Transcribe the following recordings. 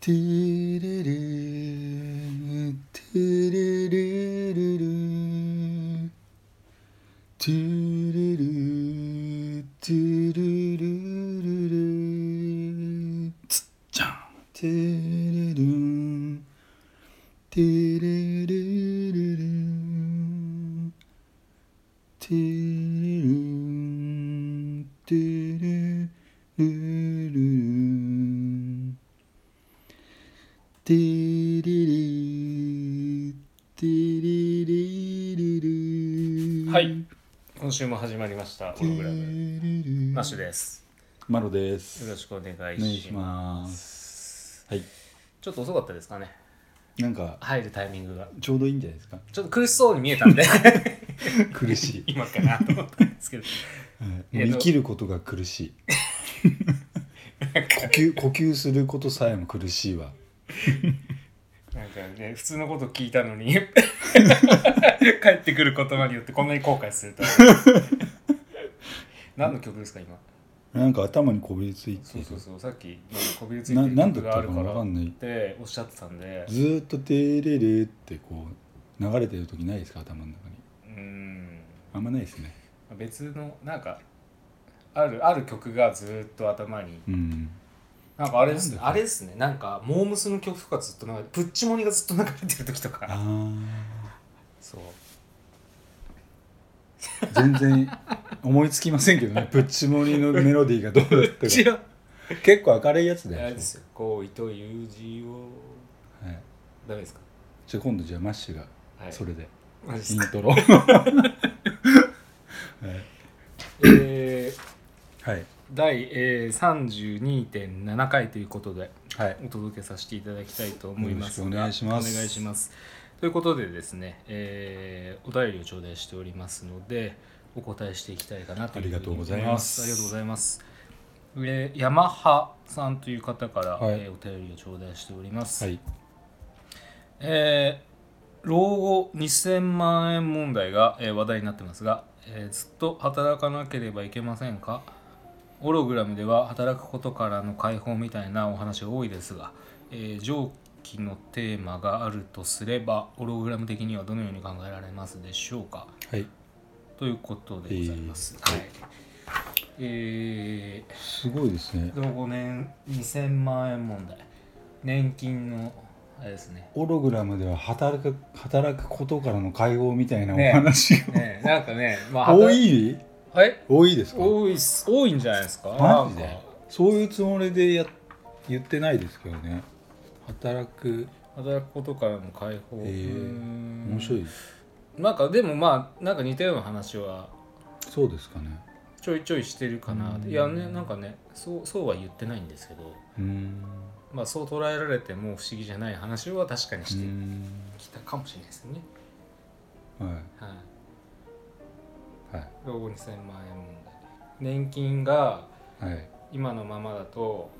トゥルルートゥルルルルートゥルルートゥルルルルーつっちゃんトゥルルートゥルルルルートゥルルートゥルルルルーティリリティリリリリはい今週も始まりましたプログラムマッシュですマロですよろしくお願いお願いししまますはいちょっと遅かったですかねなんか入るタイミングがちょうどいいんじゃないですかちょっと苦しそうに見え たんで苦しい、今かなと思ったんですけどはいもう生きることが苦しい呼吸呼吸することさえも苦しいわなんかね普通のこと聞いた のに帰ってくる言葉によってこんなに後悔す るとは何の曲ですか今なんか頭にこびりついてそるうそうそうさっきなんかこびりついなてるなんだ曲っがあたるかかわらかっんないておっしゃってたんでずーっと「テーレレ」ってこう流れてる時ないですか頭の中にうんあんまないですね別のなんかあるある曲がずーっと頭にうんなんかあれですねなんだっけあれですねなんかモームスの曲とかずっとなんかプッチモニがずっと流れてる時とかああ そう全然思いつきませんけどねプッチモリのメロディーがどうだったから結構明るいやつあだれよで、すよ恋という字をはい、ダメですかじゃあ今度じゃあマッシュがはいそれでマジでインすかト ロはえーいはい、第、えー、32.7回ということではい、お届けさせていただきたいと思いますよろしくお願いしますお願いしますということでですね、えーお便りを頂戴しておりますのでお答えしていきたいかなというふにありがとうございます思ありがとうございますえーヤマハさんという方から、はいえーお便りを頂戴しております、はい、えー老後2000万円問題が、えー話題になってますが、えーずっと働かなければいけませんかオログラムでは働くことからの解放みたいなお話が多いですが、えー上記のテーマがあるとすればオログラム的にはどのように考えられますでしょうかということでございます、はいえーすごいですね老後年2000万円問題年金のあれですねオログラムでは働く働くことからの会合みたいなおね話が、ねえなんかね、まあ、多いえ多いですか多いっす多いんじゃないですかマジなでんかそういうつもりでや言ってないですけどね働く働くことからの解放えー面面白いなんかでもまあなんか似たような話はそうですかねちょいちょいしてるかなうんいやねなんかねそうそうは言ってないんですけどうーんまあそう捉えられても不思議じゃない話は確かにうしーてんきたかもしれないですね、ははいはい老後2000万円問題年金がはい今のままだと、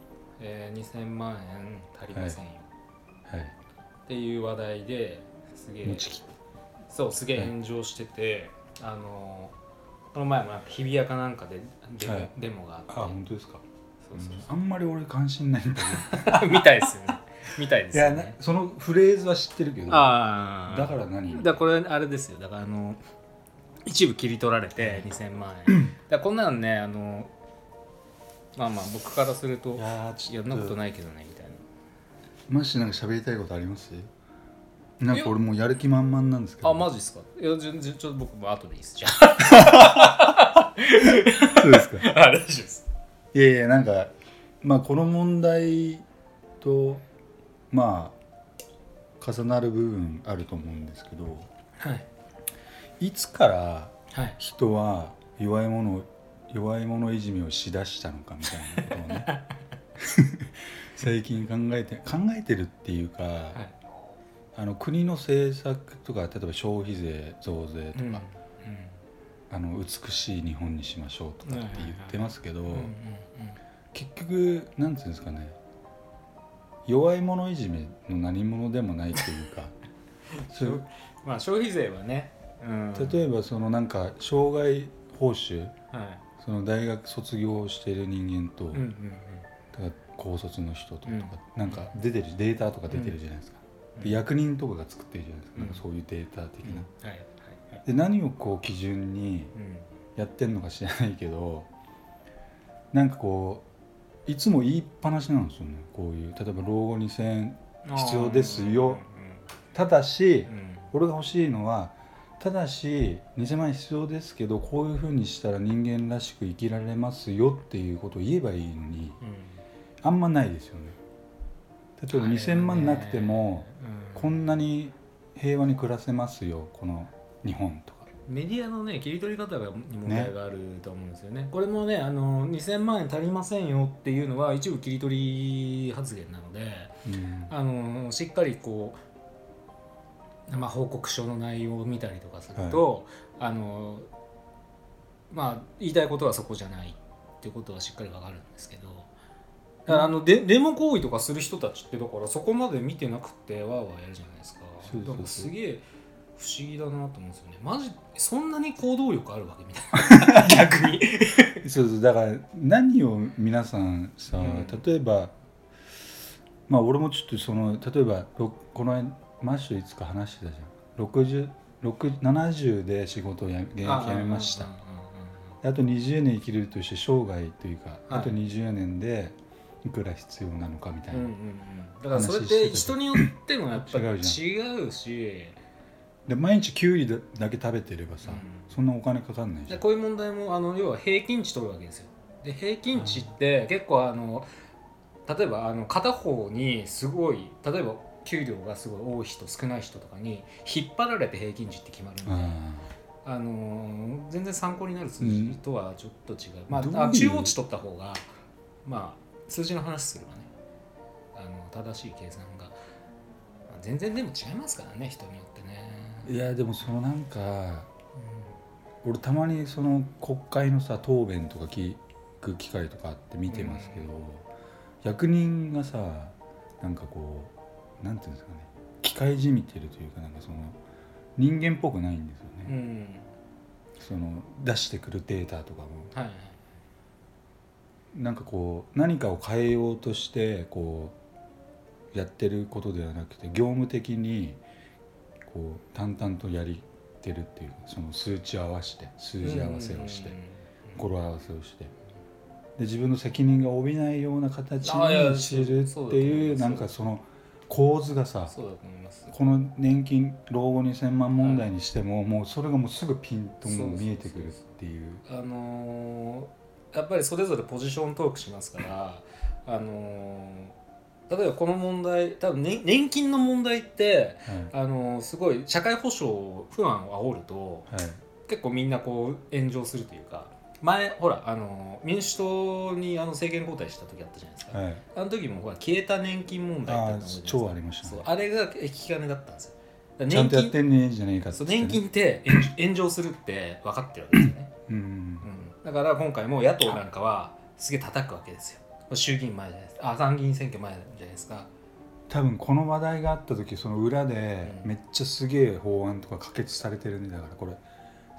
えー、2000万円足りませんよ、はいっていう話題ですげえ持ちきそうすげえはい炎上してて、あのこの前もなんか日比谷かなんかでデモ,、はいデモがあってあ本当ですかそうそうあんまり俺関心ないんだそう 見たいですよね見たいけどですよねそのフレーズは知ってるけどああだから何だからこれあれですよだからあの一部切り取られて2000万円だからこんなのねあのまあまあ僕からするといいややーちょっそんなこととないけどねみたいなマジでなんか喋りたいことありますなんか俺もうやる気満々なんですけどあマジですかいやじゃじゃちょっと僕も後でいいですじゃそうですか あ大丈夫です いやいやなんかまあこの問題とまあ重なる部分あると思うんですけどはいいつからはい人は弱い者を弱い者いじめをしだしたのかみたいなことを ね最近考えて考えてるっていうか、はいあの国の政策とか例えば消費税増税とか、うんあの美しい日本にしましょうとかって言ってますけど、うんうんうん結局なんていうんですかね弱い者いじめの何者でもないという かそうまあ消費税はね、うん、例えばそのなんか障害報酬ば、はいその大学卒業している人間と、うんうんだから高卒の人とか、うんなんか出てるデータとか出てるじゃないですか、うんで役人とかが作ってるじゃないですか,、なんかうんそういうデータ的うんな、はいはいはいで何をこう基準にうんやってんのか知らないけどなんかこういつも言いっぱなしなんですよねこういう例えば老後2000必要ですよただし、うんうん俺が欲しいのはただし2000万円必要ですけどこういうふうにしたら人間らしく生きられますよっていうことを言えばいいのにうんあんまないですよね例えば2000万なくても、うんこんなに平和に暮らせますよこの日本とかメディアのね切り取り方がに問題があると思うんですよねこれもねあの2000万円足りませんよっていうのは一部切り取り発言なのでうんあのしっかりこう、まあ、報告書の内容を見たりとかすると、あのまあ言いたいことはそこじゃないっていうことはしっかりわかるんですけどだからあのデデモ行為とかする人たちってだからそこまで見てなくてわーわーやるじゃないですかそうそうそうだからすげえ不思議だなと思うんですよねマジそんなに行動力あるわけみ たいな逆にそうそうだから何を皆さんさ、うん例えばまあ俺もちょっとその例えばろこの間マッシュいつか話してたじゃん60 60 70で仕事をや現役やめましたうんうんであと20年生きれるとして生涯というか、はいあと20年でいくら必要なのかみたいうんうな、んうんうんだからそれって人によってもやっぱり違うじ違うしで毎日キュウリだだけ食べてればさ、うんそんなお金かかんないじでゃんこういう問題もあの要は平均値取るわけですよで平均値って結構あの例えばあの片方にすごい例えば給料がすごい多い人少ない人とかに引っ張られて平均値って決まるんで、ああのー全然参考になる数字とはちょっと違う、まどういうああ中央値取った方がまあ数字の話すればねあの正しい計算がまあ全然でも違いますからね人によってね、ーいやでもそのなんかうん俺たまにその国会のさ答弁とか聞く機会とかあって見てますけど、役人がさなんかこうなんていうんですかね機械じみてるというかなんかその人間っぽくないんですようね、んその出してくるデータとかもはいはいなんかこう何かを変えようとしてこうやってることではなくて業務的にこう淡々とやりてるっていうその数値合わせて数字合わせをしてうんうんうん語呂合わせをしてで自分の責任が負えないような形あいやに知るってそういうそうだと思いますなんかその構図がさそうだと思いますこの年金老後2000万問題にしても、もうそれがもうすぐピンともう見えてくるっていうあのーやっぱりそれぞれポジショントークしますからあのー例えばこの問題多分、ね、年金の問題ってはいあのーすごい社会保障不安を煽るとはい結構みんなこう炎上するというか前ほらあのー民主党にあの政権交代した時あったじゃないですか、はいあの時もほら消えた年金問題ってあったと思うじゃないですかあー超ありましたねそうあれが引き金だったんですよだからちゃんとや年っ金てんねえじゃねえかっつそっうてね年金って炎炎上するって分かってるわけですよね、うんうん、だから今回も野党なんかはすげえ叩くわけですよ衆議院前じゃないですかあ参議院選挙前じゃないですか多分この話題があった時その裏でうんめっちゃすげえ法案とか可決されてるんだからこれ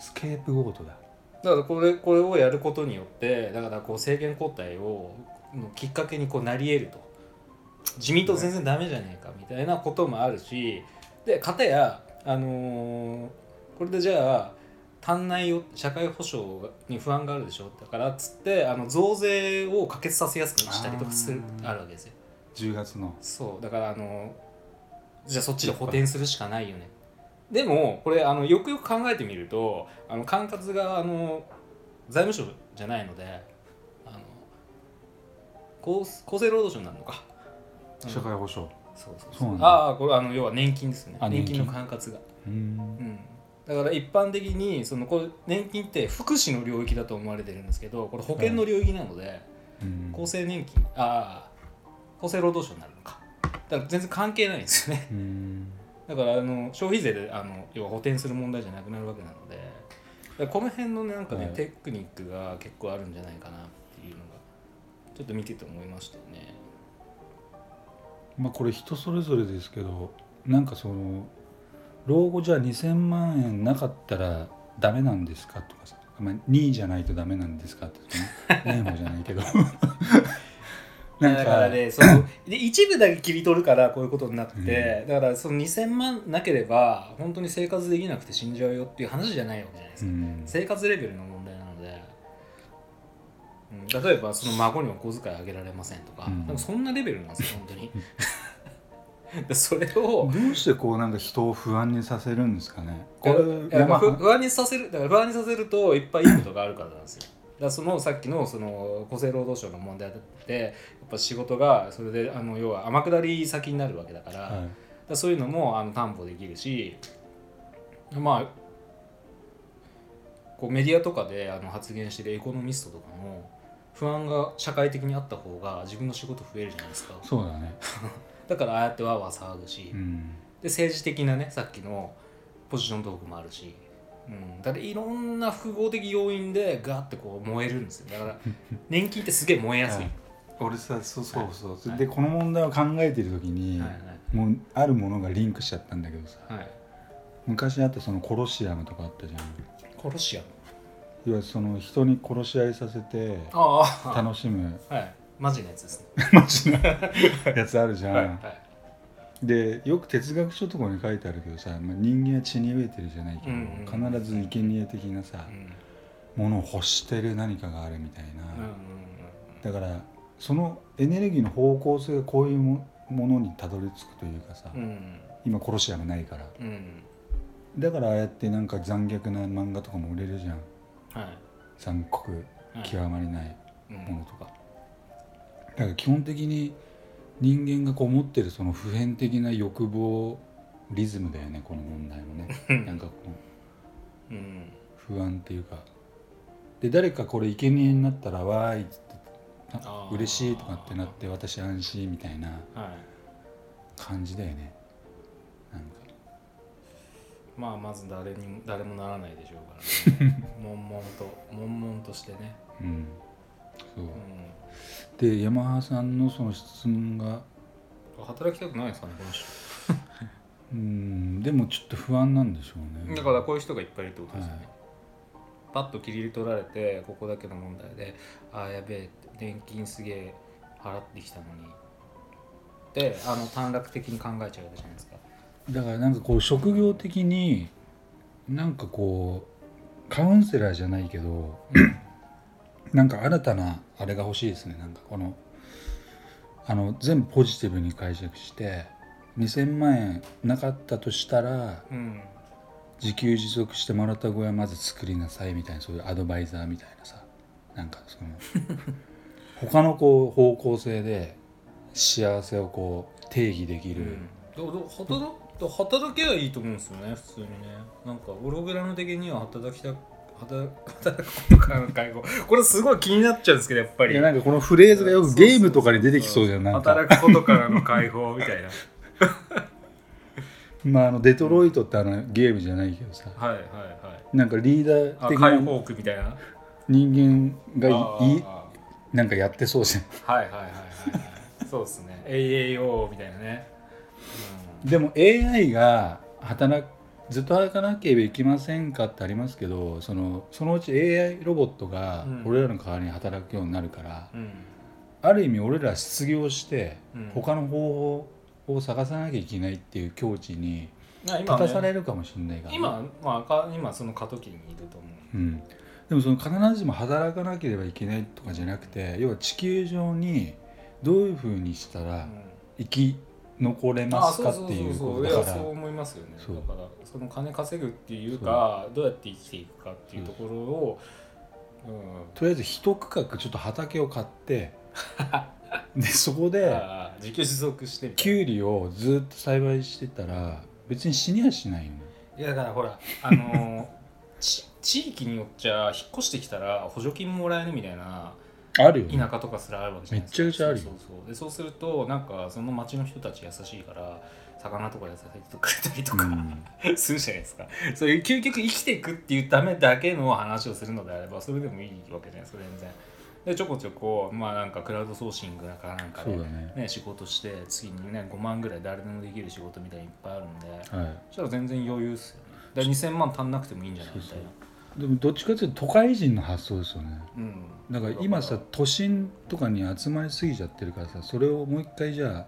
スケープゴートだだからこれこれをやることによってだからこう政権交代をのきっかけにこうなり得ると自民党全然ダメじゃねえかみたいなこともあるしで片や、あのーこれでじゃあ足んないよ社会保障に不安があるでしょだからっつってあの増税を可決させやすくしたりとかするあーあるわけですよ10月のそうだからあのじゃあそっちで補填するしかないよねでもこれあのよくよく考えてみるとあの管轄があの財務省じゃないのであの厚厚生労働省になるのかうん社会保障そうそそううそうなんだああこれあの要は年金ですねあ年金の年管轄がうんうんだから一般的にそのこれ年金って福祉の領域だと思われてるんですけどこれ保険の領域なので、うん厚生年金ああ厚生労働省になるのかだから全然関係ないんですよねうんだからあの消費税であの要は補填する問題じゃなくなるわけなのでだからこの辺のなんかね、はいテクニックが結構あるんじゃないかなっていうのがちょっと見てて思いましたよねまあこれ人それぞれですけどなんかその老後じゃあ2,000万円なかったらダメなんですかとかさ、まあ、2位じゃないとダメなんですかってその年俸じゃないけどなんだかからねそので一部だけ切り取るからこういうことになって、だからその2000万なければ本当に生活できなくて死んじゃうよっていう話じゃないわけじゃないですうか、ん生活レベルの問題なので、うん、例えばその孫にお小遣いあげられませんとか,、うんなんかそんなレベルなんですよ本 当にでそれをどうしてこうなんか人を不安にさせるんですかねこいれや山不不安にさせるだから不安にさせるといっぱいいいことがあるからなんですよだからそのさっきのその厚生労働省の問題だってやっぱ仕事がそれであの要は天下り先になるわけだから,、だかはらそういうのもあの担保できるしまあこうメディアとかであの発言してるエコノミストとかも不安が社会的にあった方が自分の仕事増えるじゃないですかい、そうだね、だからああやってわーわー騒ぐし、うん、で政治的なねさっきのポジショントークもあるし、うん、だからいろんな複合的要因でガーってこう燃えるんですよだ から年金ってすげえ燃えやすい、はい俺さそうそうそう、はいでこの問題を考えてる時に、はいもうあるものがリンクしちゃったんだけどさはいはい、昔あったそのコロシアムとかあったじゃんいわ殺し屋ゆるその人に殺し合いさせてああ楽しむはいマジなやつですねマジなやつあるじゃん、はいはいでよく哲学書とかに書いてあるけどさ、まあ、人間は血に飢えてるじゃないけど、うんうん必ず生贄的なさう、んものを欲してる何かがあるみたいな、うんうんだからそのエネルギーの方向性がこういうもものにたどり着くというかさ、うんうん今殺し屋がないからうんうんだからああやってなんか残虐な漫画とかも売れるじゃんはい残酷はい極まりないうんものとか、だから基本的に人間がこう持ってるその普遍的な欲望リズムだよねこの問題もねなんかこのうん不安っていうかで誰かこれ生贄になったらわーいっつってあー嬉しいとかってなって私安心みたいなはい感じだよねなんかまあまず誰にも誰もならないでしょうか らね悶々と悶々としてねうんそううんで山葉さんのその質問が働きたくないですかねこの人うんでもちょっと不安なんでしょうねだからこういう人がいっぱいいるってことですよね、はいパッと切り取られてここだけの問題でああやべえ年金すげえ払ってきたのにであの短絡的に考えちゃうわけじゃないですかだからなんかこう職業的になんかこうカウンセラーじゃないけ ど、なんか新たなあれが欲しいですねなんかこのあの全部ポジティブに解釈して2,000万円なかったとしたらうん自給自足してもらった小屋まず作りなさいみたいなそういうアドバイザーみたいなさなんかその 他のこう方向性で幸せをこう定義できうる。ん、どど働ど働けばいいと思うんですよね普通にねなんかプログラム的には働きた働働くことからの介護これすごい気になっちゃうんですけどやっぱいりやなんかこのフレーズがよくゲームとかに出てきそうじゃんなんか、働くことからの解放みたいなまあ、あのデトロイトってあのゲームじゃないけどさはいはいはいなんかリーダーあ的解な放区みたいな人間があいーいなんかやってそうじゃはいはいはいはいはいそうですね AAO みたいなね、んでも AI が働くずっと働かなければいけませんかってありますけどそのそのうち AI ロボットがうん俺らの代わりに働くようになるから、うんある意味俺ら失業してうん他の方法を探さなきゃいけないっていう境地にうん、立今たされねるかもしれないからね、今,、まあか、今その過渡期にいると思うん、でもその必ずしも働かなければいけないとかじゃなくて要は地球上にどういうふうにしたう、らうん生き残れますかっていうそことうそうそうそういだやからそう思いますよねそうだからその金稼ぐっていうかどうやって生きていくかっていうところを、うとりあえず一区画ちょっと畑を買って でそこん、であー自給自足してみたキュウリをずっと栽培してたら別に死にはしないよねいやだからほらあのーち地域によっちゃ引っ越してきたら補助金もらえるみたいなあるよね田舎とかすらあるわけじゃないですかめっちゃくちゃあるよそうそうそうでそうするとなんかその町の人たち優しいから魚とか野菜とかくれたりとか、 するじゃないですかそういう究極生きていくっていうためだけの話をするのであればそれでもいいわけじゃないですか全然でちょこちょこまあなんかクラウドソーシングだからなんかうで、ん、そうねだね仕事して次にね5万ぐらい誰でもできる仕事みたいにいっぱいあるんではいそしたら全然余裕っすよねだから2000万足んなくてもいいんじゃないそうみそたういなでもどっちかっていうと都会人の発想ですよねうん、だから今さ都心とかに集まりすぎちゃってるからさそれをもう一回じゃあ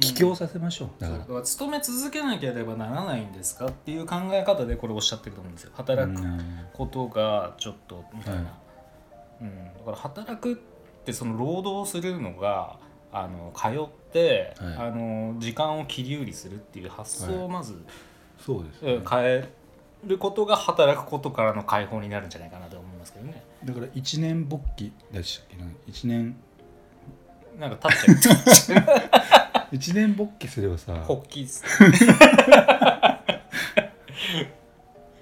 帰郷させましょう、そうだだかから勤め続けなければならないんですかっていう考え方でこれおっしゃってると思うんですよら働くことがちょっとみたいな、はうん、だから働くってその労働するのがあの通って、はいあの時間を切り売りするっていう発想をまず、そうです、うん変えることが働くことからの解放になるんじゃないかなと思いますけどねだから一年勃起でしたっけな一年なんか立っちゃう 一年勃起すればさ発起っす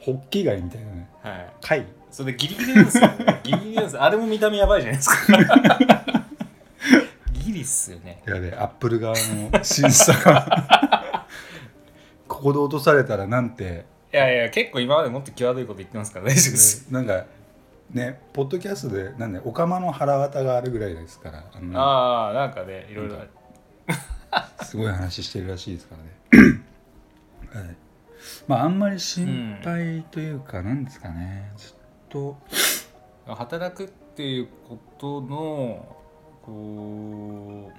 勃起貝みたいなねはい貝それでギリギリなんですよ、ね、ギリギリなんですあれも見た目やばいじゃないですか ギリっすよねやべアップル側の審査が ここで落とされたらなんていやいや結構今までもっと際どいこと言ってますから大丈夫です、なんかねポッドキャストでなんでおかまの腹渡があるぐらいですからあのああなんかねいろいろあるすごい話してるらしいです からねはいまああんまり心配というか、なんですかねずっと働くっていうことのうこんう、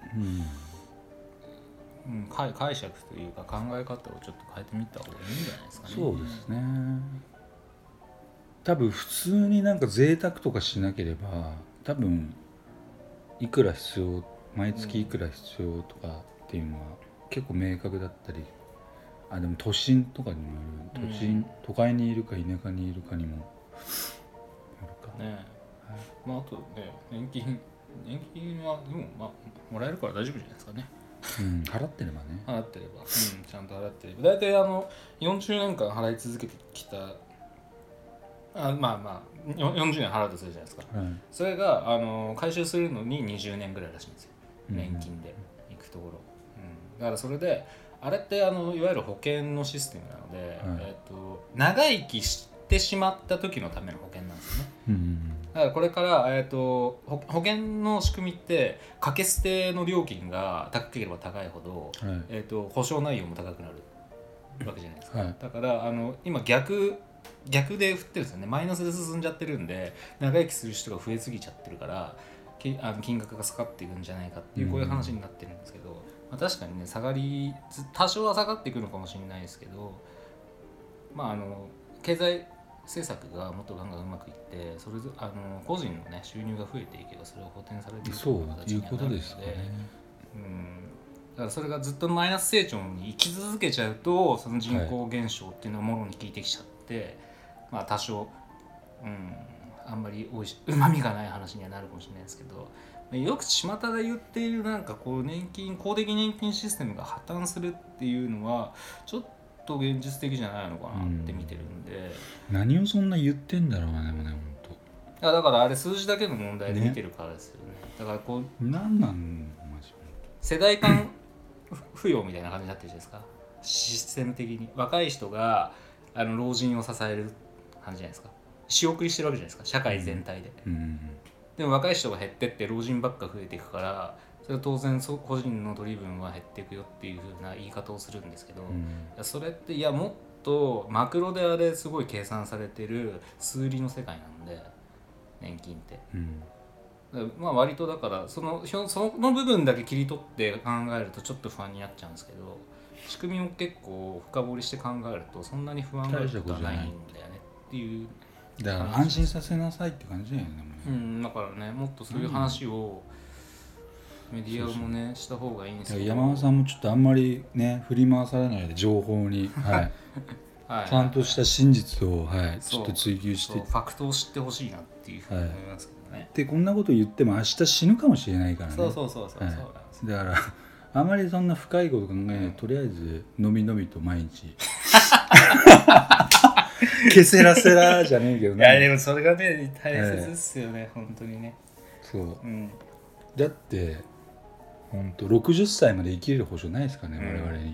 うん、解解釈というか考え方をちょっと変えてみた方がいいんじゃないですかねそうですね多分普通になんか贅沢とかしなければ多分いくら必要毎月いくら必要とかっていうのは結構明確だったりあでも都心とかにもよる都心、うん都会にいるか田舎にいるかにもよるかねまああとね年金年金はでもまあもらえるから大丈夫じゃないですかねうん、払ってればね払ってれば、うん、ちゃんと払ってれば大体あの40年間払い続けてきたあまあまあよ40年払うとするじゃないですかうんそれがあの回収するのに20年ぐらいらしいんですようん年金で行くところ、うん、だからそれであれってあのいわゆる保険のシステムなので、えっと長生きしてしまった時のための保険なんですよねうんうんだからこれから、えー、と保保険の仕組みって掛け捨ての料金が高ければ高いほど、うんはいえー、と保証内容も高くなるわけじゃないですか、はいだからあの今逆逆で振ってるんですよねマイナスで進んじゃってるんで長生きする人が増えすぎちゃってるからきあの金額が下がっていくんじゃないかっていうこういう話になってるんですけど、まあ、確かにね下がりつ多少は下がっていくのかもしれないですけどまああの経済政策がもっとガンガンうまくいってそれぞあの個人のね収入が増えていけばそれを補填されていくそよなう形いにうはなこるとのでですかねうんだからそれがずっとマイナス成長に生き続けちゃうとその人口減少っていうのはもろに効いてきちゃって、まあ多少、うん、あんまりおいし うまみがない話にはなるかもしれないですけどよく巷で言っているなんかこう年金公的年金システムが破綻するっていうのはちょっと現実的じゃないのかなって見てるんで、何をそんな言ってんだろうねでもね本いやだからあれ数字だけの問題で見てるからですよねだからこう当なんなんマジ世代間扶養みたいな感じになってるじゃないですかシステム的に若い人があの老人を支える感じじゃないですか仕送りしてるわけじゃないですか社会全体で、うんでも若い人が減ってって老人ばっか増えていくからそれは当然そう個人の取り分は減っていくよっていうふうな言い方をするんですけど、ういんやそれっていやもっとマクロであれすごい計算されてる数理の世界なんで年金ってうんまあ割とだからそのひょその部分だけ切り取って考えるとちょっと不安になっちゃうんですけど仕組みも結構深掘りして考えるとそんなに不安があることはないんだよねっていう、だから安心させなさいって感じだよねでもねうん、だからねもっとそういう話をメディアもねした方がいいんですけど山尾さんもちょっとあんまりね振り回されないで情報に、はい、はいちゃんとした真実を、はい、ちそうょっと追求してそうファクトを知ってほしいなっていうふうに思いますけどね、でこんなこと言っても明日死ぬかもしれないからねそうそうそうそうそはうないんですだからあまりそんな深いこと考えないでとりあえずのびのびと毎 日ケセラセラじゃねえけどいやねでもそれがね大切ですよね、本当にねそううんだって本当60歳まで生きれる保証ないですからね、我々に、うん、い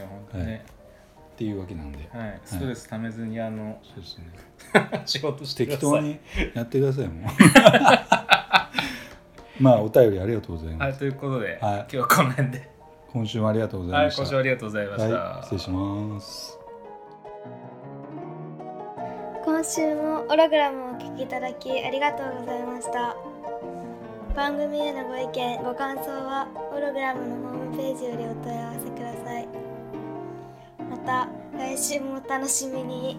や本当にね、はいっていうわけなんで、はい、ストレスためずに、あのそうですね 仕事してくだ適さ当いにやってくださいもう まあお便りありがとうございます、はいということで、はい今日はこの辺で今週もありがとうござはいいました、ご視聴ありがとうございました、はい失礼しますこ今週もオログラムをお聞きいただきありがとうございました番組へのご意見ご感想はオログラムのホームページよりお問い合わせくださいまた来週もお楽しみに